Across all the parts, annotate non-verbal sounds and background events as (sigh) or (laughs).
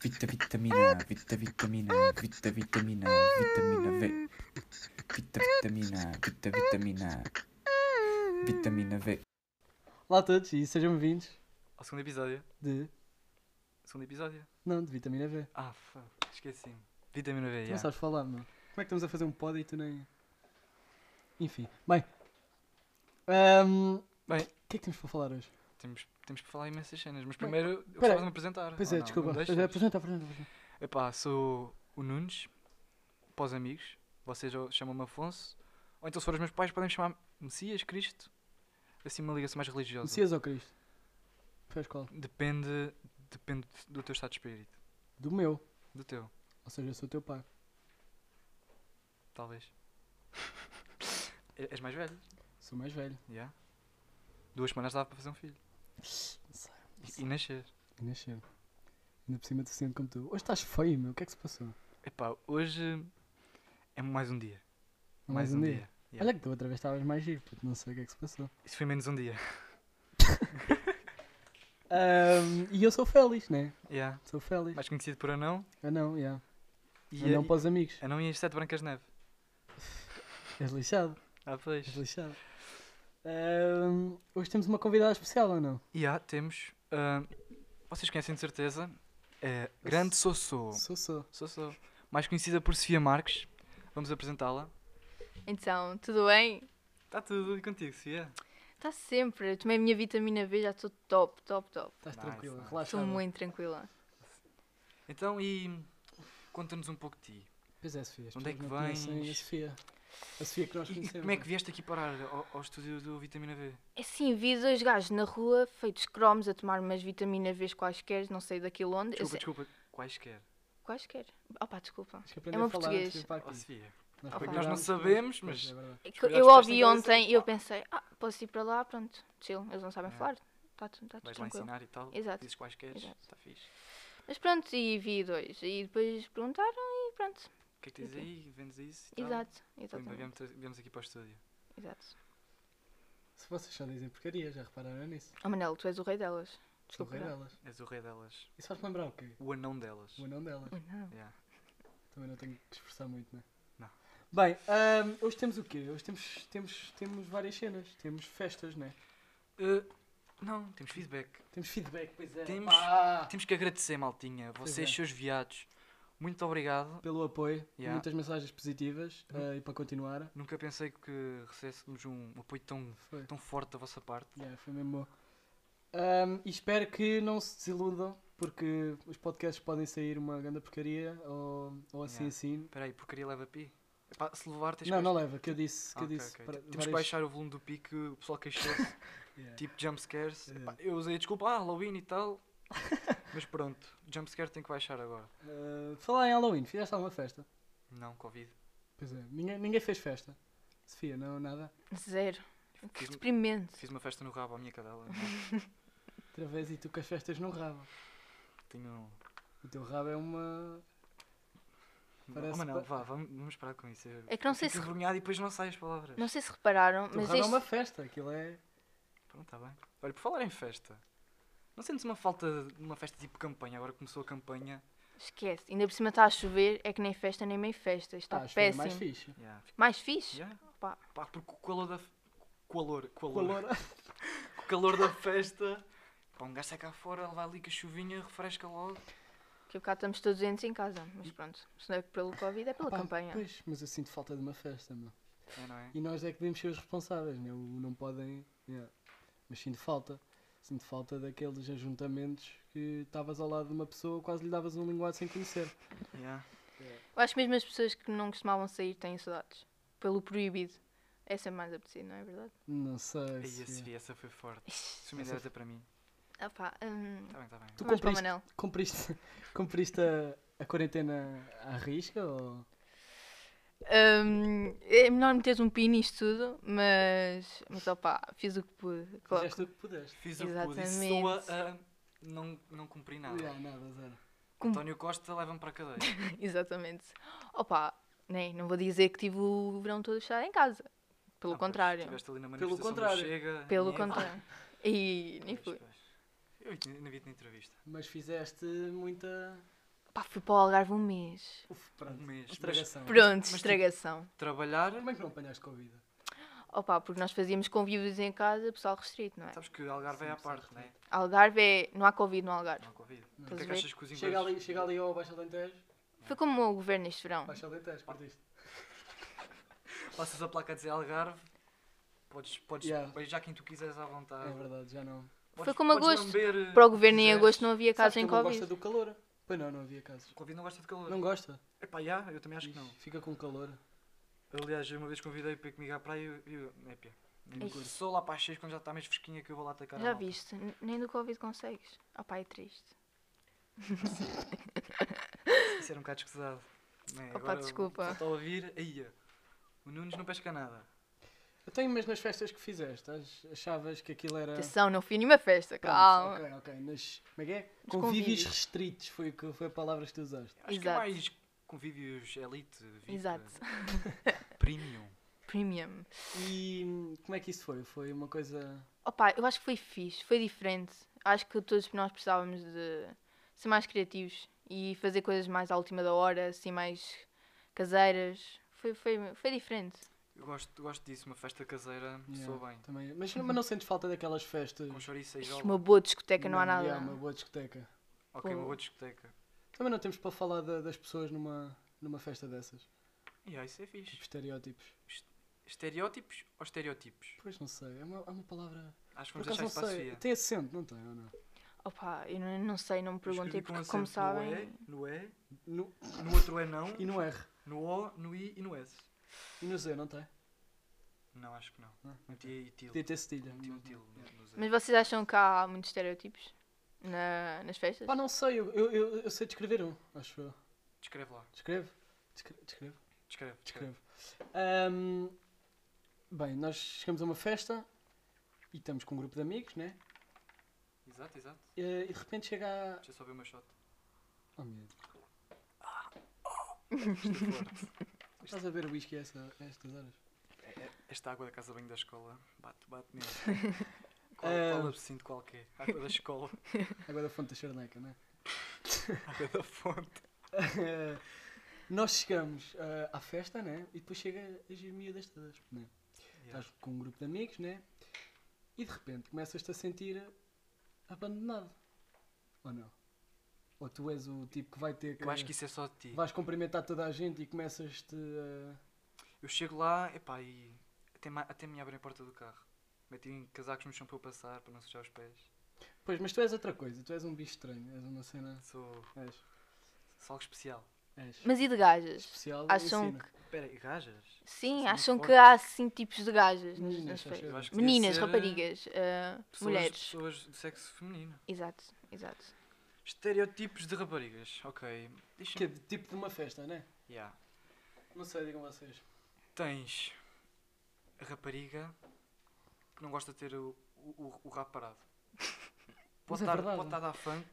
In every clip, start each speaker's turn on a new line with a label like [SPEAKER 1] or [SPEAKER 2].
[SPEAKER 1] Vita, vitamina, vita, vitamina, vita, vitamina, vitamina V. Vita, vitamina, vita, vitamina, vitamina V.
[SPEAKER 2] Olá a todos e sejam bem-vindos
[SPEAKER 3] Ao segundo episódio.
[SPEAKER 2] de.
[SPEAKER 3] Segundo episódio.
[SPEAKER 2] Não, de vitamina V.
[SPEAKER 3] Ah, fuck. Esqueci-me. Vitamina V,
[SPEAKER 2] Tu
[SPEAKER 3] yeah.
[SPEAKER 2] não sabes falar, meu. Como é que estamos a fazer um pod e tu nem. Enfim, bem. Ahm,
[SPEAKER 3] Bem.
[SPEAKER 2] O que é que temos para falar hoje?
[SPEAKER 3] Temos, temos para falar imensas cenas, mas primeiro eu
[SPEAKER 2] pera.
[SPEAKER 3] gostava de me apresentar.
[SPEAKER 2] Pois
[SPEAKER 3] ou
[SPEAKER 2] é,
[SPEAKER 3] não?
[SPEAKER 2] desculpa.
[SPEAKER 3] Não
[SPEAKER 2] Pois
[SPEAKER 3] deixas?
[SPEAKER 2] é, Apresenta, apresenta, apresenta.
[SPEAKER 3] Epá, sou o Nunes, para os amigos. Vocês ou chamam-me Afonso. Ou então, se forem os meus pais, podem chamar Messias, Cristo. Assim, uma ligação mais religiosa.
[SPEAKER 2] Messias ou Cristo? Fez qual?
[SPEAKER 3] Depende, depende do teu estado de espírito.
[SPEAKER 2] Do meu.
[SPEAKER 3] Do teu,
[SPEAKER 2] Ou seja, eu sou teu pai.
[SPEAKER 3] talvez. (laughs) É- És mais velho,
[SPEAKER 2] Sou mais velho.
[SPEAKER 3] yeah. Duas semanas dava para fazer um filho.
[SPEAKER 2] Não sei.
[SPEAKER 3] E- E nascer.
[SPEAKER 2] E nascer. Ainda por cima deficiente como tu. Hoje estás feio, meu. O que é que se passou?
[SPEAKER 3] Epá, hoje é mais um dia.
[SPEAKER 2] Mais, um, dia.
[SPEAKER 3] Yeah.
[SPEAKER 2] Olha que da outra vez estavas mais giro, puto. Não sei o que é que se passou.
[SPEAKER 3] Isso foi menos um dia. (laughs)
[SPEAKER 2] Ahm, Hum, e eu sou feliz, né?
[SPEAKER 3] Yeah.
[SPEAKER 2] Sou feliz.
[SPEAKER 3] Mais conhecido por Anão.
[SPEAKER 2] Ah não, yeah.
[SPEAKER 3] E
[SPEAKER 2] Ou não
[SPEAKER 3] e- é-
[SPEAKER 2] para os amigos.
[SPEAKER 3] Anão e as Sete Brancas de Neve.
[SPEAKER 2] És lixado,
[SPEAKER 3] Ah, pois.
[SPEAKER 2] és lixado. Ahm, hoje temos uma convidada especial ou não?
[SPEAKER 3] E há, temos. ah, vocês conhecem de certeza. É Grande Sossô.
[SPEAKER 2] Sou, sou.
[SPEAKER 3] Sossô. Mais conhecida por Sofia Marques. Vamos apresentá-la.
[SPEAKER 4] Então, tudo bem?
[SPEAKER 3] Está tudo e contigo, Sofia.
[SPEAKER 4] Está sempre. Eu tomei a minha vitamina B, já estou top, top, top.
[SPEAKER 2] Estás
[SPEAKER 3] Nice,
[SPEAKER 2] tranquila,
[SPEAKER 3] nice.
[SPEAKER 2] relaxa.
[SPEAKER 4] Estou muito tranquila.
[SPEAKER 3] Então, e. Conta-nos um pouco de ti.
[SPEAKER 2] Pois é, Sofia. as
[SPEAKER 3] Onde é
[SPEAKER 2] pessoas
[SPEAKER 3] que
[SPEAKER 2] não conhecem A
[SPEAKER 3] vens?
[SPEAKER 2] Sofia. A Sofia que nós
[SPEAKER 3] E, e
[SPEAKER 2] conhecemos.
[SPEAKER 3] como é que vieste aqui parar ao, ao estúdio do Vitamina V?
[SPEAKER 4] É Assim, vi dois gajos na rua, feitos cromos, a tomar umas vitamina Vs quaisquer, não sei daquilo onde. Eu
[SPEAKER 3] Desculpa,
[SPEAKER 4] sei-
[SPEAKER 3] desculpa. Quaisquer.
[SPEAKER 4] Quaisquer. Opa, desculpa.
[SPEAKER 2] Acho que aprender
[SPEAKER 4] É
[SPEAKER 2] a
[SPEAKER 4] uma
[SPEAKER 2] falar antes de
[SPEAKER 4] português.
[SPEAKER 2] vir para Tá aqui.
[SPEAKER 3] Oh, Sofia.
[SPEAKER 2] Nós
[SPEAKER 4] Opa.
[SPEAKER 3] Porque nós não
[SPEAKER 2] procurámos,
[SPEAKER 3] sabemos,
[SPEAKER 2] pois,
[SPEAKER 3] mas.
[SPEAKER 2] é verdade.
[SPEAKER 4] É que Eu
[SPEAKER 3] calhar as pessoas
[SPEAKER 4] ouvi
[SPEAKER 3] têm que
[SPEAKER 4] ontem e eu
[SPEAKER 3] aceitar.
[SPEAKER 4] pensei, ah, posso ir para lá, pronto, chill, eles não sabem
[SPEAKER 3] É.
[SPEAKER 4] falar. Está tudo tá tudo
[SPEAKER 3] Vais lá
[SPEAKER 4] tranquilo.
[SPEAKER 3] ensinar e tal.
[SPEAKER 4] Exato.
[SPEAKER 3] Dizes quaisquer.
[SPEAKER 4] Exato.
[SPEAKER 3] Está fixe.
[SPEAKER 4] Mas pronto, e vi dois. E depois perguntaram e pronto.
[SPEAKER 2] Tá.
[SPEAKER 3] O que é que tens
[SPEAKER 4] Ok.
[SPEAKER 3] aí? Vendes isso? e tal?
[SPEAKER 4] Exato,
[SPEAKER 3] Pumba,
[SPEAKER 4] exatamente.
[SPEAKER 3] viemos, viemos aqui para o estúdio.
[SPEAKER 4] Exato.
[SPEAKER 2] Se vocês só dizem porcaria, já repararam nisso?
[SPEAKER 4] Oh, Manel, tu és o rei delas.
[SPEAKER 2] Sou o
[SPEAKER 4] Desculpa.
[SPEAKER 2] rei
[SPEAKER 4] não.
[SPEAKER 2] delas.
[SPEAKER 3] És o rei delas.
[SPEAKER 2] Isso faz-me lembrar o quê?
[SPEAKER 3] O anão delas.
[SPEAKER 2] O anão delas.
[SPEAKER 4] Oh, não.
[SPEAKER 3] Yeah.
[SPEAKER 2] Também não tenho que esforçar muito, né?
[SPEAKER 3] Não.
[SPEAKER 2] Bem, ahm, hoje temos o quê? Hoje temos, temos, temos várias cenas. Temos festas, né?
[SPEAKER 3] Uh, não, temos feedback.
[SPEAKER 2] Temos feedback, pois é.
[SPEAKER 3] Temos-
[SPEAKER 2] pá!
[SPEAKER 3] Temos que agradecer, maltinha.
[SPEAKER 2] Pois
[SPEAKER 3] Vocês,
[SPEAKER 2] é.
[SPEAKER 3] seus viados. Muito obrigado.
[SPEAKER 2] pelo apoio,
[SPEAKER 3] Yeah. Uhum.
[SPEAKER 2] muitas mensagens positivas eh, e para continuar.
[SPEAKER 3] Nunca pensei que recebêssemos um apoio tão,
[SPEAKER 2] Foi,
[SPEAKER 3] tão forte da vossa parte.
[SPEAKER 2] yeah, foi mesmo bom. Ahm, e espero que não se desiludam, porque os podcasts podem sair uma grande porcaria ou, ou assim
[SPEAKER 3] Yeah.
[SPEAKER 2] assim.
[SPEAKER 3] Espera aí, porcaria leva pi? Epá, se levar, tens
[SPEAKER 2] Não,
[SPEAKER 3] que...
[SPEAKER 2] não leva, que eu disse.
[SPEAKER 3] Ah,
[SPEAKER 2] Que eu
[SPEAKER 3] ok,
[SPEAKER 2] disse
[SPEAKER 3] ok.
[SPEAKER 2] para-
[SPEAKER 3] Temos que
[SPEAKER 2] várias-
[SPEAKER 3] baixar o volume do pi que o pessoal
[SPEAKER 2] (laughs)
[SPEAKER 3] queixou-se.
[SPEAKER 2] Yeah.
[SPEAKER 3] tipo jumpscares.
[SPEAKER 2] É.
[SPEAKER 3] Epá, eu usei a desculpa, ah, Halloween e
[SPEAKER 4] (laughs)
[SPEAKER 3] tal. Mas pronto, jumpscare tem que baixar agora.
[SPEAKER 2] Ah, falar em Halloween, fizeste alguma festa?
[SPEAKER 3] Não, Covid.
[SPEAKER 2] Pois é, ninguém, ninguém fez festa. Sofia, não, nada.
[SPEAKER 4] Zero. Que
[SPEAKER 3] Fiz,
[SPEAKER 4] deprimente.
[SPEAKER 3] fiz uma festa no rabo à minha cadela.
[SPEAKER 2] Outra vez e tu com as festas não rabo.
[SPEAKER 3] Tenho. um-
[SPEAKER 2] O teu rabo é uma. Parece
[SPEAKER 3] oh, Manel,
[SPEAKER 2] pa-
[SPEAKER 3] vá, vamos, vamos parar com isso. Eu
[SPEAKER 4] É que não sei
[SPEAKER 3] fico
[SPEAKER 4] se
[SPEAKER 3] envergonhado e depois não sai as palavras.
[SPEAKER 4] Não sei se repararam,
[SPEAKER 2] O teu
[SPEAKER 4] mas
[SPEAKER 2] rabo é
[SPEAKER 4] este...
[SPEAKER 2] uma festa, aquilo é.
[SPEAKER 3] Pronto, está bem. Olha, por falar em festa, não sentes uma falta de uma festa tipo campanha? Agora começou a campanha.
[SPEAKER 4] esquece. Ainda por cima está a chover, é que nem festa nem meio festa. Isto Está
[SPEAKER 2] Ah, acho que é
[SPEAKER 4] tá péssimo.
[SPEAKER 2] mais fixe.
[SPEAKER 3] Yeah, fico-
[SPEAKER 4] Mais fixe?
[SPEAKER 3] yeah.
[SPEAKER 4] Pá.
[SPEAKER 3] Pá, porque o calor da. f- Calor, calor.
[SPEAKER 2] Calor.
[SPEAKER 3] O calor da festa. Pá, um gajo sai cá fora, vai ali com a chuvinha, refresca logo.
[SPEAKER 4] Porque cá estamos todos dentro em casa. Mas pronto, se não é pelo Covid, é pela
[SPEAKER 2] Ah, Pá,
[SPEAKER 4] campanha.
[SPEAKER 2] Pois, mas eu sinto falta de uma festa, meu.
[SPEAKER 3] É, não é?
[SPEAKER 2] E nós é que devemos ser os responsáveis, né? O não podem. yeah. Mas sinto falta. Sinto falta daqueles ajuntamentos que estavas ao lado de uma pessoa, quase lhe davas um linguado sem conhecer.
[SPEAKER 3] Yeah.
[SPEAKER 4] Eu acho mesmo as pessoas que não costumavam sair têm saudades. Pelo proibido. Essa é mais apetecida, não é verdade?
[SPEAKER 2] Não sei.
[SPEAKER 3] Aí
[SPEAKER 2] se-
[SPEAKER 3] a Sofia, essa foi forte.
[SPEAKER 4] Ixi.
[SPEAKER 3] Se me
[SPEAKER 2] Essa
[SPEAKER 3] der até para mim.
[SPEAKER 4] Ah pá, hum,
[SPEAKER 2] Tá
[SPEAKER 3] Está bem, está
[SPEAKER 2] Tu
[SPEAKER 3] bem.
[SPEAKER 4] vamos para o
[SPEAKER 2] cumpriste,
[SPEAKER 4] Manel.
[SPEAKER 2] cumpriste, (laughs) cumpriste a, a quarentena à risca? Ou...
[SPEAKER 4] Hum, é melhor meteres um pin nisto tudo, mas. Mas opá, fiz o que pude. Claro.
[SPEAKER 2] Fizeste o que pudeste.
[SPEAKER 3] Fiz o que pude. Isso soa
[SPEAKER 4] Exatamente.
[SPEAKER 3] a. Não, não cumpri nada.
[SPEAKER 2] Yeah, nada, zero.
[SPEAKER 4] Com-
[SPEAKER 3] António Costa leva-me para a cadeia.
[SPEAKER 4] (laughs) Exatamente. Opa, nem, não vou dizer que tive o verão todo fechado em casa. Pelo
[SPEAKER 3] Ah, pois,
[SPEAKER 4] contrário.
[SPEAKER 3] estiveste ali na
[SPEAKER 2] Pelo
[SPEAKER 3] manifestação do
[SPEAKER 2] contrário.
[SPEAKER 3] Chega,
[SPEAKER 4] Pelo
[SPEAKER 3] nem
[SPEAKER 2] (laughs)
[SPEAKER 3] é-
[SPEAKER 4] contrário. E
[SPEAKER 3] Ah,
[SPEAKER 4] nem
[SPEAKER 3] pois,
[SPEAKER 4] fui.
[SPEAKER 3] pois. Eu ainda vi-te na entrevista.
[SPEAKER 2] Mas fizeste muita.
[SPEAKER 4] Pá, fui para o Algarve um mês.
[SPEAKER 2] Uf,
[SPEAKER 3] Um
[SPEAKER 2] pronto.
[SPEAKER 3] mês. Mas
[SPEAKER 2] Estragação.
[SPEAKER 4] Pronto,
[SPEAKER 3] tu-
[SPEAKER 4] estragação.
[SPEAKER 3] trabalhar.
[SPEAKER 2] Como é que não apanhaste Covid?
[SPEAKER 4] Opa, porque nós fazíamos convívios em casa, pessoal restrito, não é?
[SPEAKER 3] Sabes que o Algarve é à
[SPEAKER 2] Sim,
[SPEAKER 3] parte,
[SPEAKER 2] sim.
[SPEAKER 3] né?
[SPEAKER 4] Algarve é. Não há Covid no Algarve.
[SPEAKER 3] Não há Covid.
[SPEAKER 2] Não.
[SPEAKER 3] O que é
[SPEAKER 4] Estás
[SPEAKER 3] que
[SPEAKER 4] a ver?
[SPEAKER 3] achas que os
[SPEAKER 2] Hum. Chega
[SPEAKER 3] ingleses.
[SPEAKER 2] ali, chega ali ao Baixo Alentejo.
[SPEAKER 4] Foi como o governo este verão.
[SPEAKER 2] Baixo Alentejo, curtiste.
[SPEAKER 3] Passas a placa a dizer Algarve. Podes, podes
[SPEAKER 2] Yeah.
[SPEAKER 3] beijar quem tu quiseres à vontade.
[SPEAKER 2] É verdade, já não.
[SPEAKER 3] Podes-
[SPEAKER 4] Foi como
[SPEAKER 3] podes
[SPEAKER 4] agosto.
[SPEAKER 3] lamber,
[SPEAKER 4] Para o governo em
[SPEAKER 3] quiseres.
[SPEAKER 4] agosto não havia casos
[SPEAKER 2] é Sabes
[SPEAKER 4] em
[SPEAKER 2] que ele não
[SPEAKER 4] Covid.
[SPEAKER 2] gosta do calor. Pois não, não havia casos.
[SPEAKER 3] O Covid não gosta um de calor.
[SPEAKER 2] Não gosta?
[SPEAKER 3] Epá, já, eu também acho que
[SPEAKER 2] Ixi,
[SPEAKER 3] não.
[SPEAKER 2] Fica com calor.
[SPEAKER 3] Aliás, eu uma vez convidei para ir comigo à praia e eu. É pia.
[SPEAKER 4] Ei.
[SPEAKER 3] Só lá para as seis, quando já está mais fresquinha, que eu vou lá atacar. a
[SPEAKER 4] Já
[SPEAKER 3] malta.
[SPEAKER 4] viste? N- Nem do Covid consegues. Opa, é triste.
[SPEAKER 3] Isso era um bocado escusado. Né,
[SPEAKER 4] Opa,
[SPEAKER 3] agora
[SPEAKER 4] desculpa.
[SPEAKER 3] Só estou a ouvir. Aí, o Nunes não pesca nada.
[SPEAKER 2] Então, mas nas festas que fizeste, as- achavas que aquilo era.
[SPEAKER 4] Atenção, não fui a nenhuma festa, é
[SPEAKER 2] Pronto,
[SPEAKER 4] calma.
[SPEAKER 2] É. Ok, ok. Nas, como é que é?
[SPEAKER 4] Nos
[SPEAKER 2] Convívios,
[SPEAKER 4] convívios.
[SPEAKER 2] restritos foi, o que, foi a palavra que tu usaste.
[SPEAKER 3] Acho que é
[SPEAKER 4] Exato.
[SPEAKER 3] mais convívios elite, VIP,
[SPEAKER 4] Exato.
[SPEAKER 3] (laughs) premium.
[SPEAKER 4] Premium.
[SPEAKER 2] E hum, como é que isso foi? Foi uma coisa.
[SPEAKER 4] Opa, eu acho que foi fixe, foi diferente. Acho que todos nós precisávamos de ser mais criativos e fazer coisas mais à última da hora, assim, mais caseiras. Foi, foi, foi diferente.
[SPEAKER 3] Eu gosto, gosto disso, uma festa caseira, sou
[SPEAKER 2] Yeah,
[SPEAKER 3] bem.
[SPEAKER 2] Também. Mas, mas não sentes falta daquelas festas.
[SPEAKER 3] Com chouriço e
[SPEAKER 4] Isto,
[SPEAKER 3] jola.
[SPEAKER 4] uma boa discoteca não, há nada.
[SPEAKER 2] yeah, uma boa discoteca.
[SPEAKER 3] Ok, uma
[SPEAKER 4] Pô.
[SPEAKER 3] boa discoteca.
[SPEAKER 2] Também não temos para falar da- das pessoas numa, numa festa dessas.
[SPEAKER 3] E yeah, isso é
[SPEAKER 2] Tipo,
[SPEAKER 3] fixe.
[SPEAKER 2] estereótipos.
[SPEAKER 3] Estereótipos ou estereótipos?
[SPEAKER 2] Pois não sei. É uma, é uma palavra.
[SPEAKER 3] Acho que
[SPEAKER 2] Por
[SPEAKER 3] vamos
[SPEAKER 2] acaso
[SPEAKER 3] deixar
[SPEAKER 2] não
[SPEAKER 3] isso para a
[SPEAKER 2] sei.
[SPEAKER 3] Sofia.
[SPEAKER 2] Tem acento, não tem? Ou não?
[SPEAKER 4] Opa, eu não, não sei, não me
[SPEAKER 3] Eu
[SPEAKER 4] perguntei
[SPEAKER 3] escrevi um com
[SPEAKER 4] porque,
[SPEAKER 3] acento
[SPEAKER 4] como sabem.
[SPEAKER 3] No E, no
[SPEAKER 2] No-
[SPEAKER 3] E, no outro é não,
[SPEAKER 2] e no R.
[SPEAKER 3] no O, no I e no S.
[SPEAKER 2] E no Z, não tem?
[SPEAKER 3] Não, acho que não.
[SPEAKER 2] Não.
[SPEAKER 3] Meti aí til.
[SPEAKER 2] Podia ter cedilha.
[SPEAKER 3] Meti um
[SPEAKER 2] mas-
[SPEAKER 3] til no- no Z.
[SPEAKER 4] Mas vocês acham que há muitos estereótipos na- nas festas?
[SPEAKER 2] Pá, não sei. Eu, eu, eu, eu sei descrever um, acho eu.
[SPEAKER 3] Descreve lá.
[SPEAKER 2] Descreve? Descre- Descreve?
[SPEAKER 3] Descreve.
[SPEAKER 2] Descreve. Ahm, bem, nós chegamos a uma festa e estamos com um grupo de amigos, né?
[SPEAKER 3] Exato, exato.
[SPEAKER 4] Tá.
[SPEAKER 2] E, eh, e de repente chega a.
[SPEAKER 3] Deixa eu só ver o meu shot.
[SPEAKER 2] Oh, meu Deus.
[SPEAKER 4] (laughs)
[SPEAKER 3] Isto é forte.
[SPEAKER 2] Estás a ver o whisky a, essa- a estas horas?
[SPEAKER 3] É- é- Esta água da casa bem da escola. Bate, bate
[SPEAKER 2] (laughs)
[SPEAKER 3] mesmo. Qual, qual
[SPEAKER 2] Ah.
[SPEAKER 3] absinto qualquer? Água
[SPEAKER 2] (laughs)
[SPEAKER 3] da escola.
[SPEAKER 2] Água da fonte da charneca, né? (laughs)
[SPEAKER 3] Água da fonte.
[SPEAKER 2] nós chegamos ah, à festa, né? E depois chega a gemia das todas, né?
[SPEAKER 3] Yeah.
[SPEAKER 2] Estás com um grupo de amigos, né? E de repente começas-te a sentir abandonado. Ou não? Ou tu és o tipo que vai ter que.
[SPEAKER 3] Eu acho que isso é só de ti.
[SPEAKER 2] Vais cumprimentar toda a gente e começas-te a.
[SPEAKER 3] Eu chego lá, epá, e até, ma- até me abrem a porta do carro. Metem casacos no chão para eu passar, para não sujar os pés.
[SPEAKER 2] Pois, mas tu és outra coisa, tu és um bicho estranho, és uma cena.
[SPEAKER 3] Sou
[SPEAKER 2] És.
[SPEAKER 3] sou algo especial.
[SPEAKER 2] és
[SPEAKER 4] Mas e de gajas?
[SPEAKER 2] especial.
[SPEAKER 4] Acham
[SPEAKER 2] ensina.
[SPEAKER 4] que.
[SPEAKER 3] Espera, aí, gajas?
[SPEAKER 4] Sim,
[SPEAKER 3] Sim,
[SPEAKER 4] acham
[SPEAKER 3] pode.
[SPEAKER 4] que há assim tipos de gajas nas,
[SPEAKER 2] Meninas,
[SPEAKER 4] nas
[SPEAKER 2] acho
[SPEAKER 4] festas.
[SPEAKER 2] eu.
[SPEAKER 3] Eu acho que devia
[SPEAKER 4] Meninas,
[SPEAKER 3] ser, eh,
[SPEAKER 4] raparigas, eh,
[SPEAKER 3] pessoas-
[SPEAKER 4] mulheres.
[SPEAKER 3] Pessoas do sexo feminino.
[SPEAKER 4] Exato, exato.
[SPEAKER 3] Estereotipos de raparigas. Ok.
[SPEAKER 2] Que é
[SPEAKER 3] Deixa-me.
[SPEAKER 2] de tipo de uma festa, né?
[SPEAKER 3] Yeah.
[SPEAKER 2] Não sei, digam vocês.
[SPEAKER 3] Tens a rapariga que não gosta de ter o, o, o- o
[SPEAKER 4] (laughs)
[SPEAKER 3] rabo parado.
[SPEAKER 2] Mas
[SPEAKER 3] Pode,
[SPEAKER 2] é
[SPEAKER 3] estar,
[SPEAKER 2] verdade.
[SPEAKER 3] pode estar a dar funk,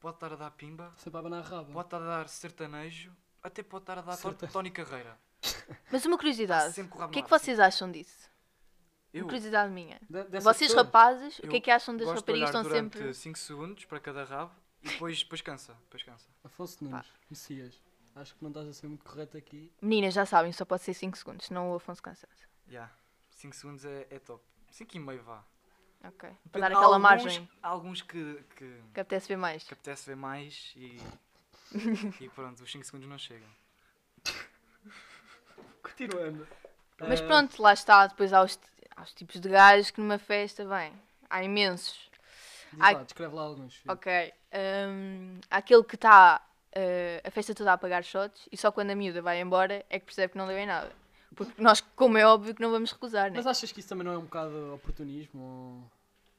[SPEAKER 3] pode estar a dar pimba,
[SPEAKER 2] Sempre a abanar a raba.
[SPEAKER 3] pode estar a dar sertanejo, até pode estar a dar to-
[SPEAKER 2] Serta-
[SPEAKER 3] Tony Carreira.
[SPEAKER 4] Mas uma curiosidade,
[SPEAKER 3] sempre com o rabo
[SPEAKER 4] o que é
[SPEAKER 3] no
[SPEAKER 4] que
[SPEAKER 3] ar, sim.
[SPEAKER 4] vocês acham disso?
[SPEAKER 3] Eu
[SPEAKER 4] Curiosidade minha.
[SPEAKER 2] De- dessas
[SPEAKER 4] Vocês,
[SPEAKER 2] pessoas?
[SPEAKER 4] rapazes, o
[SPEAKER 3] Eu
[SPEAKER 4] que é que acham das
[SPEAKER 3] gosto de
[SPEAKER 4] raparigas que
[SPEAKER 3] olhar
[SPEAKER 4] estão
[SPEAKER 3] durante
[SPEAKER 4] sempre.
[SPEAKER 3] 5 segundos para cada rabo e depois, depois cansa. Depois cansa.
[SPEAKER 2] Afonso Nunes, Messias. Acho que não estás a ser muito correto aqui.
[SPEAKER 4] Meninas, já sabem, só pode ser 5 segundos, senão o Afonso cansa.
[SPEAKER 3] 5 segundos é, é top. 5 e meio vá.
[SPEAKER 4] Ok. Para
[SPEAKER 3] Há
[SPEAKER 4] dar aquela
[SPEAKER 3] alguns-
[SPEAKER 4] margem
[SPEAKER 3] Há alguns que, que,
[SPEAKER 4] que apetece ver mais.
[SPEAKER 3] que apetece ver mais e, e pronto, os 5 segundos não chegam.
[SPEAKER 2] Continuando.
[SPEAKER 4] Mas
[SPEAKER 2] Ah,
[SPEAKER 4] pronto, lá está. Depois há os, ti- há os tipos de gajos que numa festa, bem, há imensos.
[SPEAKER 2] diz
[SPEAKER 4] ai-
[SPEAKER 2] lá, descreve lá alguns.
[SPEAKER 4] Ok. hum, há aquele que está eh, a festa toda a pagar shots e só quando a miúda vai embora é que percebe que não deu em nada. Porque nós, como é óbvio, que não vamos recusar, né?
[SPEAKER 2] Mas achas que isso também não é um bocado oportunismo? Ou...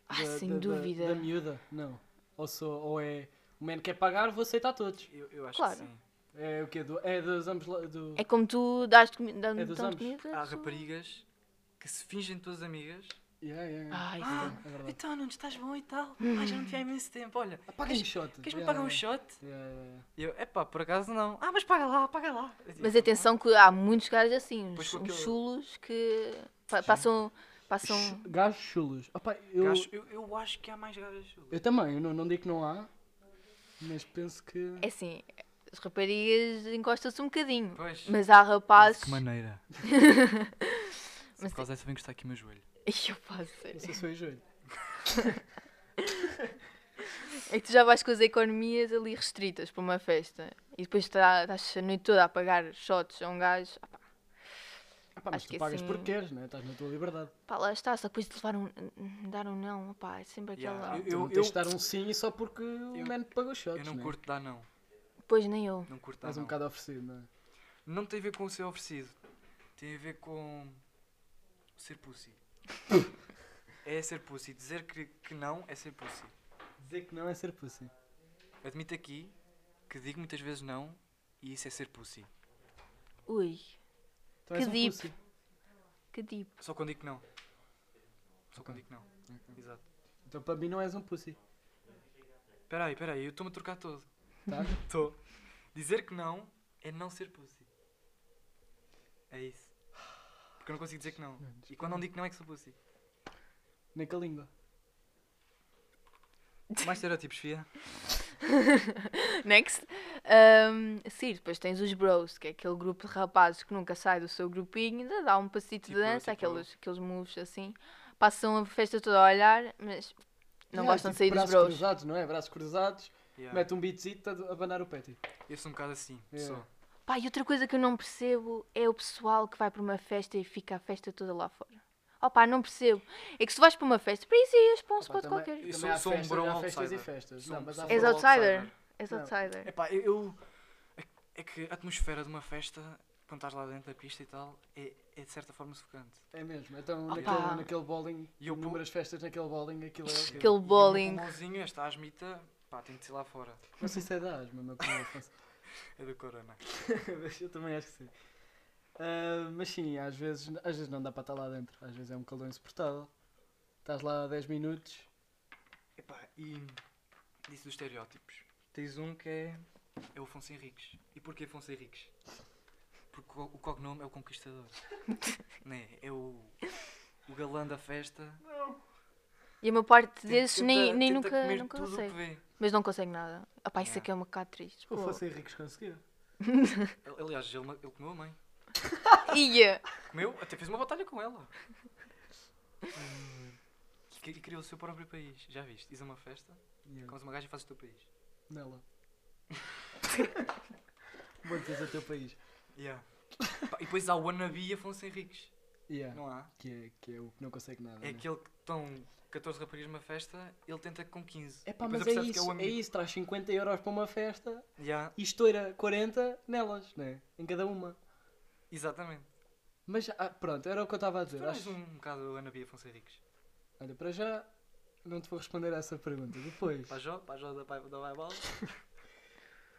[SPEAKER 4] Ah, sem dúvida.
[SPEAKER 2] Da, miúda? Não. Ou, sou, ou é o man quer pagar, vou aceitar todos.
[SPEAKER 3] Eu, eu acho
[SPEAKER 4] Claro.
[SPEAKER 3] que sim.
[SPEAKER 2] É o quê? Do, é dos ambos. la- Do...
[SPEAKER 4] É como tu dás comi dá
[SPEAKER 2] É dos
[SPEAKER 4] dão-te
[SPEAKER 2] ambos.
[SPEAKER 4] comida.
[SPEAKER 3] Há
[SPEAKER 4] tu-
[SPEAKER 3] raparigas que se fingem tuas amigas.
[SPEAKER 2] Yeah, yeah, yeah.
[SPEAKER 4] Ai,
[SPEAKER 3] Ah,
[SPEAKER 2] É verdade.
[SPEAKER 3] então não estás bom e tal. Ah, já não te vi há imenso tempo. Olha,
[SPEAKER 2] Apaguem o shot.
[SPEAKER 3] queres-me
[SPEAKER 2] Yeah,
[SPEAKER 3] pagar um
[SPEAKER 2] yeah.
[SPEAKER 3] shot?
[SPEAKER 2] Yeah, yeah, yeah.
[SPEAKER 3] E eu, epá, por acaso não. Ah, mas paga lá, paga lá. Eu digo,
[SPEAKER 4] Mas atenção que há muitos gajos assim,
[SPEAKER 3] Pois
[SPEAKER 4] uns,
[SPEAKER 3] com
[SPEAKER 4] uns
[SPEAKER 3] aquele-
[SPEAKER 4] chulos que pa- passam. passam...
[SPEAKER 2] Chu- Gajos chulos. Opa, eu,
[SPEAKER 3] Gajo- eu, eu acho que há mais gajas.
[SPEAKER 2] eu também, eu não, não digo que não há, mas penso que.
[SPEAKER 4] É assim, As raparigas encostam-se um bocadinho.
[SPEAKER 3] Pois.
[SPEAKER 4] Mas há rapazes. (laughs)
[SPEAKER 3] Que maneira. Por
[SPEAKER 4] Mas-
[SPEAKER 3] causa dessa vem gostar aqui o meu joelho.
[SPEAKER 4] Ih, (laughs) eu faço sério.
[SPEAKER 2] Não sei se foi joelho.
[SPEAKER 4] É que tu já vais com as economias ali restritas para uma festa e depois tá- estás a noite toda a pagar shots a um gajo. Ah, pá,
[SPEAKER 2] Ah, pá, mas
[SPEAKER 4] Acho
[SPEAKER 2] tu
[SPEAKER 4] que
[SPEAKER 2] pagas
[SPEAKER 4] assim-
[SPEAKER 2] porque queres, não é? Estás na tua liberdade.
[SPEAKER 4] pá, lá está, só depois de levar um. dar um não, pá, é sempre
[SPEAKER 3] Yeah.
[SPEAKER 4] aquela.
[SPEAKER 3] Eu-
[SPEAKER 2] Tu não tens de dar um sim só porque
[SPEAKER 3] eu-
[SPEAKER 2] o man te pagou shots,
[SPEAKER 3] Eu não
[SPEAKER 2] né?
[SPEAKER 3] curto dar não.
[SPEAKER 4] Pois nem eu.
[SPEAKER 3] Não curto dar
[SPEAKER 2] Estás um
[SPEAKER 3] não.
[SPEAKER 2] bocado oferecido, não é?
[SPEAKER 3] Não tem a ver com o ser oferecido. Tem a ver com ser pussy. é ser pussy. Dizer que, que não é ser pussy.
[SPEAKER 2] Dizer que não é ser pussy.
[SPEAKER 3] Admito aqui que digo muitas vezes não e isso é ser pussy.
[SPEAKER 4] Ui,
[SPEAKER 2] Tu
[SPEAKER 4] Que
[SPEAKER 2] és um
[SPEAKER 4] deep.
[SPEAKER 2] pussy.
[SPEAKER 4] que tipo.
[SPEAKER 3] Só quando digo que não. Só quando digo que não. Exato.
[SPEAKER 2] Então para mim não és um pussy.
[SPEAKER 3] Peraí, peraí, eu estou-me a trocar todo.
[SPEAKER 2] (laughs) Tá?
[SPEAKER 3] Estou. Dizer que não é não ser pussy. É isso. Porque eu não consigo dizer que não. E quando não digo que não é que sou pussy.
[SPEAKER 2] Nem com a língua.
[SPEAKER 3] Mais
[SPEAKER 2] (laughs)
[SPEAKER 3] estereotipos, fia.
[SPEAKER 4] Next. Ahm, sim, depois tens os bros, que é aquele grupo de rapazes que nunca sai do seu grupinho, ainda dá um passito
[SPEAKER 3] Tipo-
[SPEAKER 4] de dança,
[SPEAKER 3] tipo-
[SPEAKER 4] aqueles, aqueles moves assim. Passam a festa toda a olhar, mas não
[SPEAKER 2] Yeah,
[SPEAKER 4] gostam de
[SPEAKER 2] tipo,
[SPEAKER 4] sair dos
[SPEAKER 2] braços
[SPEAKER 4] bros.
[SPEAKER 2] cruzados, não é? Braços cruzados,
[SPEAKER 3] Yeah.
[SPEAKER 2] mete um beatzito a abanar o pé. tipo.
[SPEAKER 3] Eu sou um bocado assim.
[SPEAKER 2] Yeah.
[SPEAKER 3] Sou.
[SPEAKER 4] Pá, e outra coisa que eu não percebo é o pessoal que vai para uma festa e fica a festa toda lá fora. Oh pá, não percebo. É que se tu vais para uma festa, para isso ias para um spot qualquer.
[SPEAKER 3] Eu sou- sou um bro
[SPEAKER 2] há festas e
[SPEAKER 3] outsider.
[SPEAKER 2] festas.
[SPEAKER 3] Sou
[SPEAKER 2] Não,
[SPEAKER 3] um-
[SPEAKER 2] mas
[SPEAKER 3] sou
[SPEAKER 2] há
[SPEAKER 3] um
[SPEAKER 4] És
[SPEAKER 3] bro
[SPEAKER 2] festas.
[SPEAKER 4] outsider. És
[SPEAKER 2] Não.
[SPEAKER 4] outsider.
[SPEAKER 3] Epá, eu, eu. é- É que a atmosfera de uma festa, quando estás lá dentro da pista e tal, é, é de certa forma sufocante.
[SPEAKER 2] É mesmo. Então
[SPEAKER 4] Ah,
[SPEAKER 2] naquele,
[SPEAKER 4] pá.
[SPEAKER 2] naquele bowling,
[SPEAKER 3] E eu pu-
[SPEAKER 2] inúmeras festas naquele bowling, aquilo é...
[SPEAKER 4] Aquele bowling.
[SPEAKER 3] O mãozinho, esta um asmita, pá, tem de ser lá fora.
[SPEAKER 2] Não sei se é da asma, meu (laughs) como eu faço.
[SPEAKER 3] É do Corona.
[SPEAKER 2] Mas Eu também acho que sim. Ah, mas sim, às vezes, às vezes não dá para estar lá dentro. Às vezes é um calor insuportável. Estás lá 10 minutos.
[SPEAKER 3] Epá, e. Disse dos estereótipos. Tens um que é. É o Afonso Henriques. E porquê Afonso Henriques? Porque o, o cognome é o conquistador. né? É o. O galã da festa.
[SPEAKER 4] E a maior parte
[SPEAKER 3] Tipo, Tenta-
[SPEAKER 4] desses nem,
[SPEAKER 3] tenta-
[SPEAKER 4] nem
[SPEAKER 3] tenta
[SPEAKER 4] nunca,
[SPEAKER 3] comer
[SPEAKER 4] nunca
[SPEAKER 3] tudo o que
[SPEAKER 4] consegue.
[SPEAKER 3] vê.
[SPEAKER 4] Mas não consegue nada. Ah pá, isso
[SPEAKER 3] Yeah.
[SPEAKER 4] é que é um bocado triste.
[SPEAKER 2] Ou
[SPEAKER 4] pô.
[SPEAKER 2] fossem ricos conseguiu.
[SPEAKER 3] Al- Aliás, ele, ma- ele comeu a mãe.
[SPEAKER 4] Ia!
[SPEAKER 3] Comeu, até fez uma batalha com ela. Hum. E cri- E criou o seu próprio país. Já viste? Diz uma festa,
[SPEAKER 2] Yeah.
[SPEAKER 3] comes uma gaja e fazes o teu país.
[SPEAKER 2] Nela. (laughs) Mantes o teu país.
[SPEAKER 3] Yeah. Pá, E depois há o Wannabe e Afonso Henriques.
[SPEAKER 2] Yeah.
[SPEAKER 3] Não há?
[SPEAKER 2] Que, é, que é o que não consegue nada.
[SPEAKER 3] É
[SPEAKER 2] né?
[SPEAKER 3] aquele que estão 14 raparigas numa festa, ele tenta com 15.
[SPEAKER 2] Epá,
[SPEAKER 3] E depois
[SPEAKER 2] mas é
[SPEAKER 3] apercebe-se
[SPEAKER 2] isso, é, isso, traz 50 euros para uma festa
[SPEAKER 3] Yeah,
[SPEAKER 2] e estoura 40 nelas, né? Em cada uma.
[SPEAKER 3] exatamente.
[SPEAKER 2] Mas ah, pronto, era o que eu estava a
[SPEAKER 3] Tu
[SPEAKER 2] dizer.
[SPEAKER 3] és
[SPEAKER 2] Acho-
[SPEAKER 3] um bocado o Wannabe e Afonso Henriques.
[SPEAKER 2] Olha, para já não te vou responder a essa pergunta. Depois.
[SPEAKER 3] Para Jó, para Jó da Pai- da Baibal.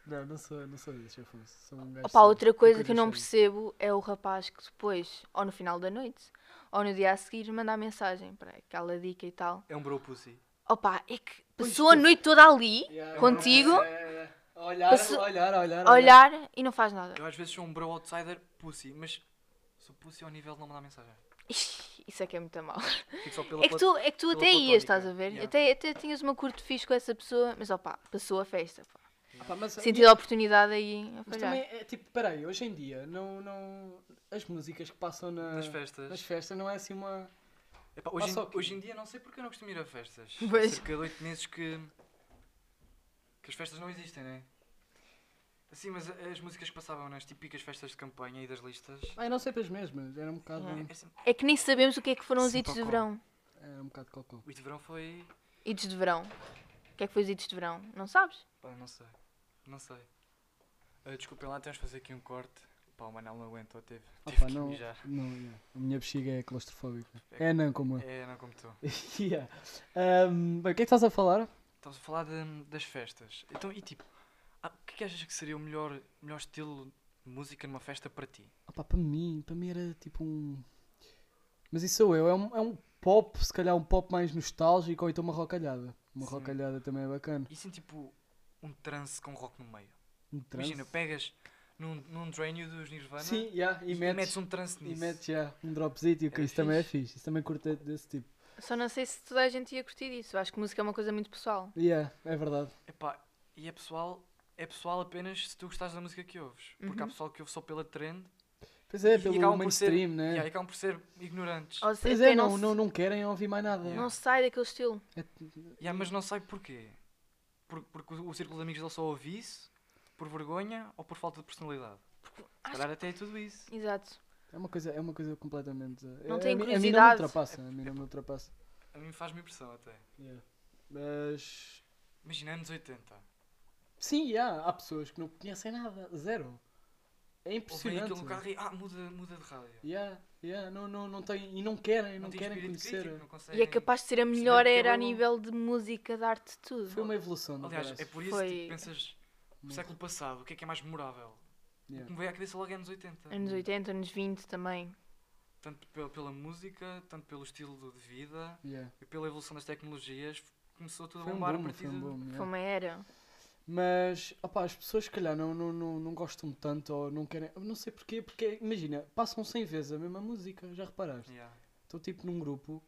[SPEAKER 2] Não, não sou, não sou desse, Afonso. Sou um gajo
[SPEAKER 4] Opa,
[SPEAKER 2] sério,
[SPEAKER 4] outra
[SPEAKER 2] com
[SPEAKER 4] coisa que eu não
[SPEAKER 2] séria.
[SPEAKER 4] percebo é o rapaz que depois, ou no final da noite, ou no dia a seguir, manda a mensagem para aquela dica e tal.
[SPEAKER 3] É um bro pussy.
[SPEAKER 4] Opa, é que
[SPEAKER 2] Pois,
[SPEAKER 4] passou a
[SPEAKER 2] tu-
[SPEAKER 4] noite toda ali,
[SPEAKER 2] Yeah,
[SPEAKER 4] contigo,
[SPEAKER 2] é, é, é. A Olhar,
[SPEAKER 4] Passo-
[SPEAKER 2] a olhar, a olhar,
[SPEAKER 4] a
[SPEAKER 2] a
[SPEAKER 4] olhar e não faz nada.
[SPEAKER 3] Eu às vezes sou um bro outsider pussy, mas sou pussy ao nível de não mandar mensagem.
[SPEAKER 4] Ixi, Isso é que é muito mal.
[SPEAKER 3] Fico só pela
[SPEAKER 4] É que
[SPEAKER 3] plat-
[SPEAKER 4] tu, é que tu
[SPEAKER 3] pela
[SPEAKER 4] até ias,
[SPEAKER 3] platónica,
[SPEAKER 4] estás a ver?
[SPEAKER 3] yeah.
[SPEAKER 4] Até, até tinhas uma curto fixe com essa pessoa, mas opa, passou a festa. pá.
[SPEAKER 2] Ah, pá, mas,
[SPEAKER 4] Sentido a oportunidade aí a
[SPEAKER 2] mas
[SPEAKER 4] falhar.
[SPEAKER 2] também é tipo, peraí, hoje em dia, não, não, as músicas que passam na-
[SPEAKER 3] Nas festas.
[SPEAKER 2] nas festas não é assim uma.
[SPEAKER 3] Epá, hoje,
[SPEAKER 2] Passa
[SPEAKER 3] em,
[SPEAKER 2] ao quê?
[SPEAKER 3] hoje em dia não sei porque eu não costumo ir a festas. Há
[SPEAKER 4] Pois.
[SPEAKER 3] cerca de 8 meses que, que as festas não existem, né? Assim, mas a- as músicas que passavam nas típicas festas de campanha e das listas.
[SPEAKER 2] Ah, eu não sempre as mesmas, era um bocado,
[SPEAKER 4] Yeah.
[SPEAKER 3] é sempre-
[SPEAKER 4] É que nem sabemos o que é que foram os
[SPEAKER 3] Sim,
[SPEAKER 4] hits de
[SPEAKER 3] cocó.
[SPEAKER 4] verão.
[SPEAKER 2] era um bocado cocô.
[SPEAKER 3] O de verão foi.
[SPEAKER 4] Hits de verão. O que é que foi os hits de verão? Não sabes?
[SPEAKER 3] Pá, não sei. Não sei. Ah, desculpem lá, temos de fazer aqui um corte. Pá, o Manel não aguentou, teve. teve
[SPEAKER 2] Opa,
[SPEAKER 3] que
[SPEAKER 2] não,
[SPEAKER 3] mijar.
[SPEAKER 2] não, yeah. a minha bexiga é claustrofóbica. É não como eu. (laughs)
[SPEAKER 3] É, não como tu.
[SPEAKER 2] Yeah. Ahm, bem, o que é que estás a falar?
[SPEAKER 3] Estamos a falar de- das festas. Então, e tipo, ah, o que é que achas que seria o melhor, melhor estilo de música numa festa para ti?
[SPEAKER 2] Opa, para mim, para mim era tipo um. Mas isso sou eu, é um, é um pop, se calhar um pop mais nostálgico ou então uma rocalhada. Uma
[SPEAKER 3] Sim.
[SPEAKER 2] rocalhada também é bacana.
[SPEAKER 3] E sim, tipo, um trance com rock no meio.
[SPEAKER 2] Um trance.
[SPEAKER 3] Imagina, pegas num, num Drain You dos Nirvana
[SPEAKER 2] Sim, yeah,
[SPEAKER 3] e,
[SPEAKER 2] e
[SPEAKER 3] metes,
[SPEAKER 2] metes,
[SPEAKER 3] um trance
[SPEAKER 2] e
[SPEAKER 3] nisso.
[SPEAKER 2] metes yeah, um dropzito, e o que
[SPEAKER 3] Era
[SPEAKER 2] isso também é fixe. Isso também curto desse tipo.
[SPEAKER 4] Só não sei se toda a gente ia curtir isso. Acho que música é uma coisa muito pessoal.
[SPEAKER 2] Yeah, é verdade.
[SPEAKER 3] Epá, e é pessoal, é pessoal apenas se tu gostares da música que ouves. Porque há pessoal que ouve só pela trend
[SPEAKER 2] Pois Uhum. é,
[SPEAKER 3] E acabam
[SPEAKER 2] pelo
[SPEAKER 3] por
[SPEAKER 2] mainstream,
[SPEAKER 3] e aí
[SPEAKER 2] né?
[SPEAKER 3] acabam por ser ignorantes.
[SPEAKER 4] Ou se-
[SPEAKER 2] Pois
[SPEAKER 4] até
[SPEAKER 2] é, não, é.
[SPEAKER 4] se-
[SPEAKER 2] não, não querem ouvir mais nada. É
[SPEAKER 4] não sai daquele estilo.
[SPEAKER 3] Yeah, mas não sei porquê. Por- porque o, o círculo de amigos dele só ouve isso, por vergonha ou por falta de personalidade. Se calhar até é tudo isso.
[SPEAKER 4] Exato.
[SPEAKER 2] É uma coisa, é uma coisa completamente. eh,
[SPEAKER 4] Não
[SPEAKER 2] a-
[SPEAKER 4] tem
[SPEAKER 2] a, mim- A mim não me
[SPEAKER 4] curiosidade.
[SPEAKER 2] ultrapassa. A mim não me ultrapassa.
[SPEAKER 3] A mim faz-me impressão até.
[SPEAKER 2] Yeah. Mas.
[SPEAKER 3] Imagina anos 80.
[SPEAKER 2] Sim, yeah, há pessoas que não conhecem nada. Zero. É
[SPEAKER 3] Ouvem
[SPEAKER 2] impressionante.
[SPEAKER 3] aquilo no carro e ah, muda, muda de rádio.
[SPEAKER 2] Yeah, yeah, não, não, não tem, e não querem, não,
[SPEAKER 3] tem
[SPEAKER 2] querem
[SPEAKER 3] espírito
[SPEAKER 2] conhecer.
[SPEAKER 3] crítico,
[SPEAKER 4] E
[SPEAKER 3] não
[SPEAKER 4] é
[SPEAKER 3] conseguem-
[SPEAKER 4] capaz de ser a
[SPEAKER 3] perceber
[SPEAKER 4] melhor
[SPEAKER 3] que é
[SPEAKER 4] era a
[SPEAKER 3] bom.
[SPEAKER 4] nível de música, de arte, de tudo.
[SPEAKER 2] Foi uma evolução, não
[SPEAKER 3] Aliás,
[SPEAKER 2] parece?
[SPEAKER 3] é por isso
[SPEAKER 4] Foi-
[SPEAKER 3] que pensas no
[SPEAKER 2] Muito.
[SPEAKER 3] século passado, o que é que é mais memorável? O que
[SPEAKER 2] Yeah.
[SPEAKER 3] me veio à cabeça logo é anos 80.
[SPEAKER 4] Anos 80, anos 20 também.
[SPEAKER 3] Tanto pe- pela música, tanto pelo estilo de vida
[SPEAKER 2] Yeah.
[SPEAKER 3] e pela evolução das tecnologias, começou tudo
[SPEAKER 2] Foi
[SPEAKER 3] a
[SPEAKER 2] um
[SPEAKER 3] bombar a
[SPEAKER 2] boom,
[SPEAKER 3] partir
[SPEAKER 2] foi um
[SPEAKER 3] de-
[SPEAKER 2] boom, yeah.
[SPEAKER 4] Foi uma era.
[SPEAKER 2] Mas, opá, as pessoas se calhar não, não, não, não gostam tanto ou não querem, eu não sei porquê, porque imagina, passam 100 vezes a mesma música, já reparaste?
[SPEAKER 3] Yeah.
[SPEAKER 2] Estou tipo num grupo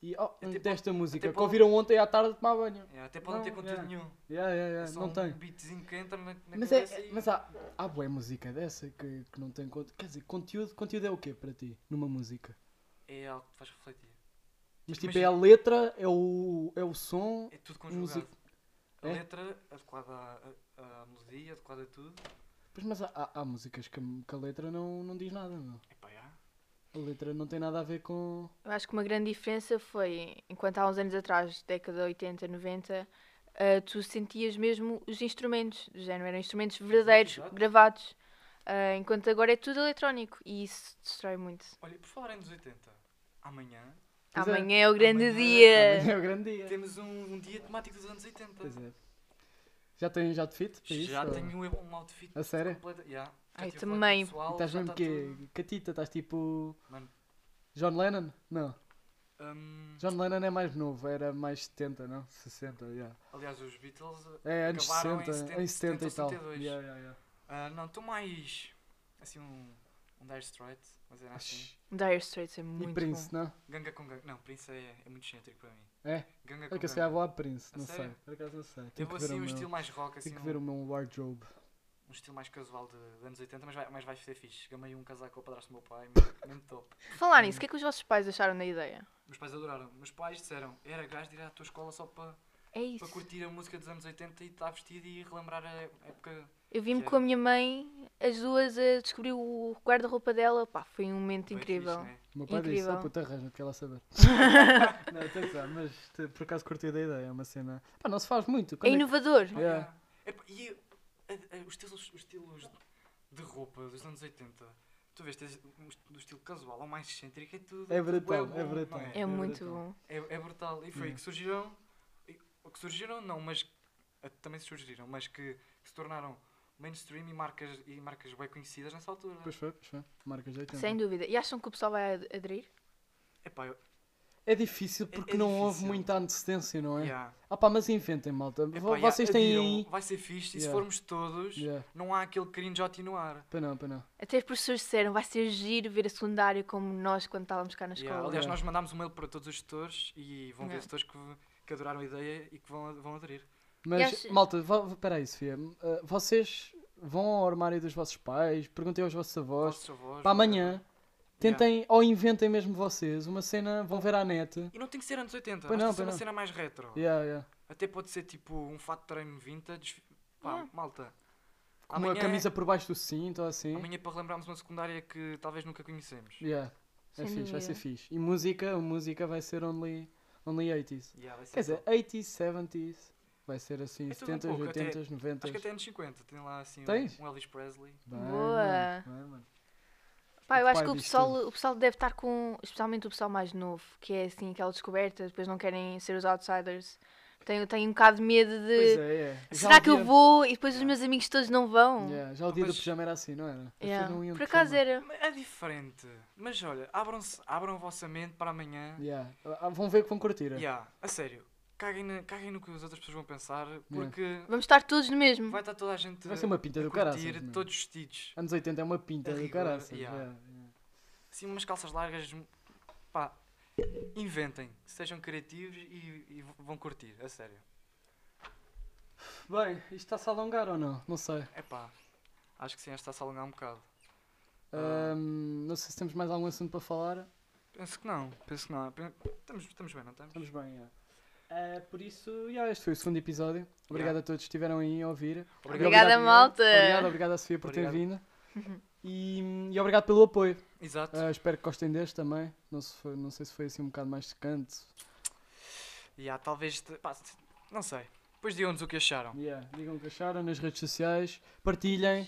[SPEAKER 2] e, oh,
[SPEAKER 3] É tipo-
[SPEAKER 2] desta música
[SPEAKER 3] tipo-
[SPEAKER 2] que ouviram ontem à tarde tomar banho.
[SPEAKER 3] Yeah, Até podem
[SPEAKER 2] Não,
[SPEAKER 3] ter conteúdo
[SPEAKER 2] yeah.
[SPEAKER 3] nenhum.
[SPEAKER 2] Yeah, yeah,
[SPEAKER 3] É
[SPEAKER 2] yeah,
[SPEAKER 3] só
[SPEAKER 2] não
[SPEAKER 3] um
[SPEAKER 2] tem.
[SPEAKER 3] beatzinho que entra na, na
[SPEAKER 2] Mas,
[SPEAKER 3] conversa
[SPEAKER 2] é,
[SPEAKER 3] e-
[SPEAKER 2] mas há, há boa música dessa que, que não tem conteúdo. Quer dizer, conteúdo, conteúdo é o quê para ti, numa música?
[SPEAKER 3] é algo que te faz refletir.
[SPEAKER 2] Mas
[SPEAKER 3] Tipo,
[SPEAKER 2] tipo, é a letra, é o, é o som.
[SPEAKER 3] É tudo conjugado.
[SPEAKER 2] Música-
[SPEAKER 3] A
[SPEAKER 2] É?
[SPEAKER 3] letra adequada à, à- à melodia, adequada a tudo.
[SPEAKER 2] Pois, mas há, há, há músicas que, a- que a letra não, não diz nada, meu.
[SPEAKER 3] Epá, yeah.
[SPEAKER 2] A letra não tem nada a ver com.
[SPEAKER 4] Eu acho que uma grande diferença foi, enquanto há uns anos atrás, década de 80, 90, ah, tu sentias mesmo os instrumentos, do género, eram instrumentos verdadeiros,
[SPEAKER 3] exato.
[SPEAKER 4] gravados. Ah, enquanto agora é tudo eletrónico e isso destrói muito.
[SPEAKER 3] Olha, por falar em 80, amanhã
[SPEAKER 2] Pois é.
[SPEAKER 4] Amanhã é o grande
[SPEAKER 3] Amanhã-
[SPEAKER 4] dia.
[SPEAKER 2] Amanhã é (laughs) o grande dia.
[SPEAKER 3] temos um, um dia temático dos anos 80.
[SPEAKER 2] Pois é. Já tens já de fit para isso?
[SPEAKER 3] Já
[SPEAKER 2] ou-
[SPEAKER 3] tenho eu um outfit
[SPEAKER 2] A sério?
[SPEAKER 3] completo. Yeah. Já
[SPEAKER 4] Ai,
[SPEAKER 3] tive a falar com o
[SPEAKER 4] também.
[SPEAKER 3] pessoal,
[SPEAKER 2] Estás
[SPEAKER 3] já
[SPEAKER 2] mesmo
[SPEAKER 3] tá tudo.
[SPEAKER 2] que é- Catita, estás tipo.
[SPEAKER 3] Mano.
[SPEAKER 2] John Lennon? Não.
[SPEAKER 3] Hum,
[SPEAKER 2] John Lennon é mais novo, era mais 70, não? 60, yeah.
[SPEAKER 3] aliás, os Beatles.
[SPEAKER 2] É, anos
[SPEAKER 3] Acabaram em
[SPEAKER 2] 60, em 70,
[SPEAKER 3] 70
[SPEAKER 2] e tal.
[SPEAKER 3] 72.
[SPEAKER 2] Yeah, yeah, yeah.
[SPEAKER 3] ah, não, estou mais. Assim, um. Um Dire Straits, mas era assim.
[SPEAKER 4] Dire Straits é
[SPEAKER 2] E
[SPEAKER 4] muito
[SPEAKER 2] Prince,
[SPEAKER 4] bom.
[SPEAKER 2] não?
[SPEAKER 3] Ganga com Ganga. Não, Prince é, é muito excêntrico para mim.
[SPEAKER 2] É?
[SPEAKER 3] Ganga com
[SPEAKER 2] É que eu
[SPEAKER 3] Ganga.
[SPEAKER 2] sei, vou a Prince,
[SPEAKER 3] A
[SPEAKER 2] não sei.
[SPEAKER 3] sério?
[SPEAKER 2] Por acaso não sei.
[SPEAKER 3] eu
[SPEAKER 2] Tenho
[SPEAKER 3] vou
[SPEAKER 2] que ver
[SPEAKER 3] assim
[SPEAKER 2] o
[SPEAKER 3] um
[SPEAKER 2] meu-
[SPEAKER 3] estilo mais rock, assim.
[SPEAKER 2] Tenho que ver
[SPEAKER 3] um-
[SPEAKER 2] o meu wardrobe.
[SPEAKER 3] um estilo mais casual de, de anos 80, mas vai, mas vai ser fixe. Gamei um casaco ao padrasto do meu pai, mesmo, mesmo top.
[SPEAKER 4] Falar nisso, o que é que os vossos pais acharam da ideia?
[SPEAKER 3] Meus pais adoraram. Meus pais disseram: era gajo de ir à tua escola só para
[SPEAKER 4] É isso.
[SPEAKER 3] para curtir a música dos anos 80 e estar vestido e relembrar a época.
[SPEAKER 4] Eu vi-me
[SPEAKER 3] Que
[SPEAKER 4] com a minha mãe, as duas a descobrir o guarda-roupa dela, pá, foi um momento
[SPEAKER 3] bem
[SPEAKER 4] incrível.
[SPEAKER 3] fixe, né?
[SPEAKER 2] O meu pai disse,
[SPEAKER 4] Incrível.
[SPEAKER 2] oh puta, arranja, quer
[SPEAKER 4] (laughs)
[SPEAKER 2] lá saber. não, estou a gozar, mas te- por acaso curti da ideia, é uma cena... Pá, não se faz muito.
[SPEAKER 4] É
[SPEAKER 2] Quando é que-
[SPEAKER 4] inovador.
[SPEAKER 2] Yeah.
[SPEAKER 3] Epá, E a- a- os estilos, os estilos de roupa dos anos 80, tu vês, tens um est- do estilo casual ou mais excêntrico, é tudo.
[SPEAKER 2] É
[SPEAKER 3] tudo
[SPEAKER 2] brutal,
[SPEAKER 3] bué
[SPEAKER 2] é
[SPEAKER 3] bom,
[SPEAKER 2] brutal. Hum.
[SPEAKER 3] não É?
[SPEAKER 4] É
[SPEAKER 2] É
[SPEAKER 4] muito
[SPEAKER 2] brutal.
[SPEAKER 4] bom.
[SPEAKER 3] É- é brutal. E foi aí que surgiram. e- o Que surgiram, não, mas a- também surgiram, mas que, se tornaram mainstream e marcas, e marcas bem conhecidas nessa altura.
[SPEAKER 2] Pois foi, pois foi. Marcas de 80.
[SPEAKER 4] Sem dúvida. E acham que o pessoal vai ad- aderir?
[SPEAKER 3] Epá, eu,
[SPEAKER 2] É difícil porque
[SPEAKER 3] é
[SPEAKER 2] não
[SPEAKER 3] difícil.
[SPEAKER 2] houve muita antecedência, não é?
[SPEAKER 3] yeah.
[SPEAKER 2] Ah pá, mas inventem, malta.
[SPEAKER 3] Epá,
[SPEAKER 2] Vo-
[SPEAKER 3] yeah, um-
[SPEAKER 2] Vocês têm
[SPEAKER 3] adiram,
[SPEAKER 2] aí...
[SPEAKER 3] Vai ser fixe e se
[SPEAKER 2] Yeah.
[SPEAKER 3] formos todos,
[SPEAKER 2] Yeah.
[SPEAKER 3] não há aquele cringe no ar.
[SPEAKER 2] Para não, para não.
[SPEAKER 4] Até os professores disseram, vai ser giro ver a secundária como nós quando estávamos cá na escola.
[SPEAKER 3] Yeah, Aliás,
[SPEAKER 2] Yeah.
[SPEAKER 3] nós mandámos um mail para todos os gestores e vão
[SPEAKER 4] Yeah.
[SPEAKER 3] ver gestores que, que adoraram a ideia e que vão, vão aderir.
[SPEAKER 2] Mas,
[SPEAKER 4] acho-
[SPEAKER 2] malta, vo- vo- peraí, Sofia. Ah, vocês vão ao armário dos vossos pais, perguntem aos vossos avós,
[SPEAKER 3] Vossos avós,
[SPEAKER 2] para amanhã, tentem ou inventem mesmo vocês uma cena, vão ver à net.
[SPEAKER 3] E não tem que ser anos 80,
[SPEAKER 2] Pois não,
[SPEAKER 3] mas tem que ser
[SPEAKER 2] pois
[SPEAKER 3] uma
[SPEAKER 2] não.
[SPEAKER 3] cena mais retro.
[SPEAKER 2] Yeah, yeah.
[SPEAKER 3] Até pode ser tipo um fato de treino vintage. Pá,
[SPEAKER 4] Yeah.
[SPEAKER 3] malta. é
[SPEAKER 2] Com uma camisa por baixo do cinto ou assim.
[SPEAKER 3] amanhã é para relembrarmos uma secundária que talvez nunca conhecemos.
[SPEAKER 2] Yeah. É
[SPEAKER 4] Sem
[SPEAKER 2] fixe, vai ser
[SPEAKER 4] dúvida.
[SPEAKER 2] fixe. E música, a música vai ser only, only 80s.
[SPEAKER 3] Yeah, vai ser
[SPEAKER 2] Quer dizer,
[SPEAKER 3] top.
[SPEAKER 2] 80s, 70s. Vai ser assim,
[SPEAKER 3] É tudo um
[SPEAKER 2] 70s,
[SPEAKER 3] pouco, até-
[SPEAKER 2] 80s, 90s.
[SPEAKER 3] acho que até anos 50 tem lá assim um-
[SPEAKER 2] Tens?
[SPEAKER 3] um Elvis Presley.
[SPEAKER 2] Bem,
[SPEAKER 4] Boa.
[SPEAKER 2] mano, bem, mano.
[SPEAKER 4] Pá, eu
[SPEAKER 2] Muito
[SPEAKER 4] acho
[SPEAKER 2] pai
[SPEAKER 4] que o
[SPEAKER 2] diz
[SPEAKER 4] pessoal, eh,
[SPEAKER 2] tudo.
[SPEAKER 4] o pessoal deve estar com, especialmente o pessoal mais novo, que é assim aquela descoberta, depois não querem ser os outsiders. Tenho, tenho um bocado de medo
[SPEAKER 2] Pois
[SPEAKER 4] de.
[SPEAKER 2] é, é. Já
[SPEAKER 4] Será
[SPEAKER 2] o
[SPEAKER 4] que eu
[SPEAKER 2] dia-
[SPEAKER 4] vou e depois os meus amigos todos não vão?
[SPEAKER 2] Yeah, já o dia do
[SPEAKER 3] Mas-
[SPEAKER 2] pijama era assim, não era? As pessoas
[SPEAKER 4] Yeah.
[SPEAKER 2] não iam
[SPEAKER 4] Por
[SPEAKER 2] de
[SPEAKER 4] acaso
[SPEAKER 2] pijama.
[SPEAKER 4] era.
[SPEAKER 3] Mas É diferente. Mas olha, abram-se, abram a vossa mente para amanhã.
[SPEAKER 2] Yeah. Ah, Vão ver que vão curtir. é?
[SPEAKER 3] Yeah, a sério. Caguem, na- caguem no que as outras pessoas vão pensar, porque
[SPEAKER 4] Vamos estar todos no mesmo.
[SPEAKER 3] vai estar toda a gente
[SPEAKER 2] Vai ser uma pinta
[SPEAKER 3] a
[SPEAKER 2] do
[SPEAKER 3] curtir,
[SPEAKER 2] caraças. meu.
[SPEAKER 3] todos vestidos.
[SPEAKER 2] Anos 80 é uma pinta
[SPEAKER 3] A
[SPEAKER 2] do
[SPEAKER 3] rigor,
[SPEAKER 2] caraças.
[SPEAKER 3] yeah.
[SPEAKER 2] yeah, yeah.
[SPEAKER 3] Assim, umas calças largas, pá, inventem, sejam criativos e, e vão curtir, a sério.
[SPEAKER 2] Bem, isto está-se a alongar ou não? Não sei.
[SPEAKER 3] Epá, acho que sim, esta está a alongar um bocado. Ah.
[SPEAKER 2] Ahm, não sei se temos mais algum assunto para falar.
[SPEAKER 3] Penso que não, penso que não. Pen- Estamos, estamos bem, não estamos?
[SPEAKER 2] Estamos bem, já. Ah, por isso, já, este foi o segundo episódio. Obrigado a todos que estiveram aí a ouvir.
[SPEAKER 4] Obrigada,
[SPEAKER 2] Miguel.
[SPEAKER 4] malta.
[SPEAKER 2] Obrigado, obrigado à Sofia por ter vindo.
[SPEAKER 4] (laughs)
[SPEAKER 2] E, e obrigado pelo apoio.
[SPEAKER 3] Exato.
[SPEAKER 2] Ah, espero que gostem deste também. Não, se foi- não sei se foi assim um bocado mais secante.
[SPEAKER 3] E há talvez. de- pá, se- não sei. Depois digam-nos o que acharam.
[SPEAKER 2] Yeah, digam o que acharam nas redes sociais, partilhem.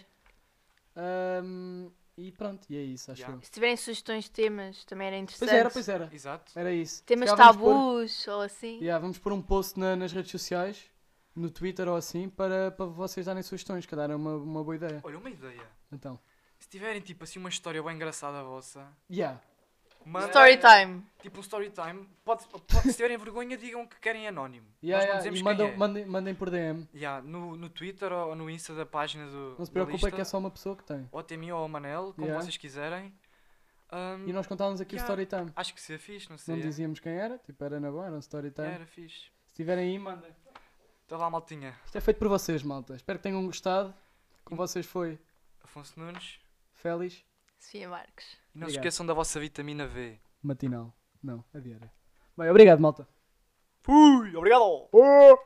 [SPEAKER 2] Ahm, e pronto, e é isso, acho
[SPEAKER 3] Yeah.
[SPEAKER 2] eu.
[SPEAKER 4] Se tiverem sugestões de temas, também era interessante.
[SPEAKER 2] Pois era, pois era.
[SPEAKER 3] Exato.
[SPEAKER 2] Era isso.
[SPEAKER 4] Temas
[SPEAKER 2] Se calhar vamos pôr-
[SPEAKER 4] tabus ou assim.
[SPEAKER 2] Yeah, vamos pôr um post na- nas redes sociais, no Twitter ou assim, para, para vocês darem sugestões, que dar é uma, uma boa ideia.
[SPEAKER 3] Olha, uma ideia.
[SPEAKER 2] Então,
[SPEAKER 3] Se tiverem tipo assim uma história bem engraçada vossa,
[SPEAKER 2] yeah.
[SPEAKER 3] mandem,
[SPEAKER 4] Story time.
[SPEAKER 3] tipo um story time. Pode, pode- se tiverem vergonha, digam que querem anónimo.
[SPEAKER 2] Yeah,
[SPEAKER 3] Nós não
[SPEAKER 2] yeah,
[SPEAKER 3] dizemos
[SPEAKER 2] e
[SPEAKER 3] quem
[SPEAKER 2] mandam-
[SPEAKER 3] é.
[SPEAKER 2] mandem, mandem por DM.
[SPEAKER 3] Yeah, no, no Twitter ou no Insta da página do.
[SPEAKER 2] Não se
[SPEAKER 3] da
[SPEAKER 2] preocupa, é
[SPEAKER 3] lista,
[SPEAKER 2] que é só uma pessoa que tem.
[SPEAKER 3] Ou até mim ou ao Manel, como
[SPEAKER 2] Yeah.
[SPEAKER 3] vocês quiserem. Ahm,
[SPEAKER 2] E nós contávamos aqui
[SPEAKER 3] Yeah.
[SPEAKER 2] o story time.
[SPEAKER 3] Acho que seria fixe, não sei.
[SPEAKER 2] Não dizíamos quem era, tipo, era na boa, era um story time.
[SPEAKER 3] Era fixe.
[SPEAKER 2] Se tiverem aí, mandem.
[SPEAKER 3] Então lá, maltinha.
[SPEAKER 2] Isto é feito por vocês, malta. Espero que tenham gostado. Com vocês foi
[SPEAKER 3] Afonso Nunes.
[SPEAKER 2] Félix
[SPEAKER 4] Sofia Marques.
[SPEAKER 3] E não se
[SPEAKER 2] Obrigado.
[SPEAKER 3] esqueçam da vossa vitamina V.
[SPEAKER 2] Matinal. Não, a diária. Bem, obrigado, malta.
[SPEAKER 3] Fui! Obrigado!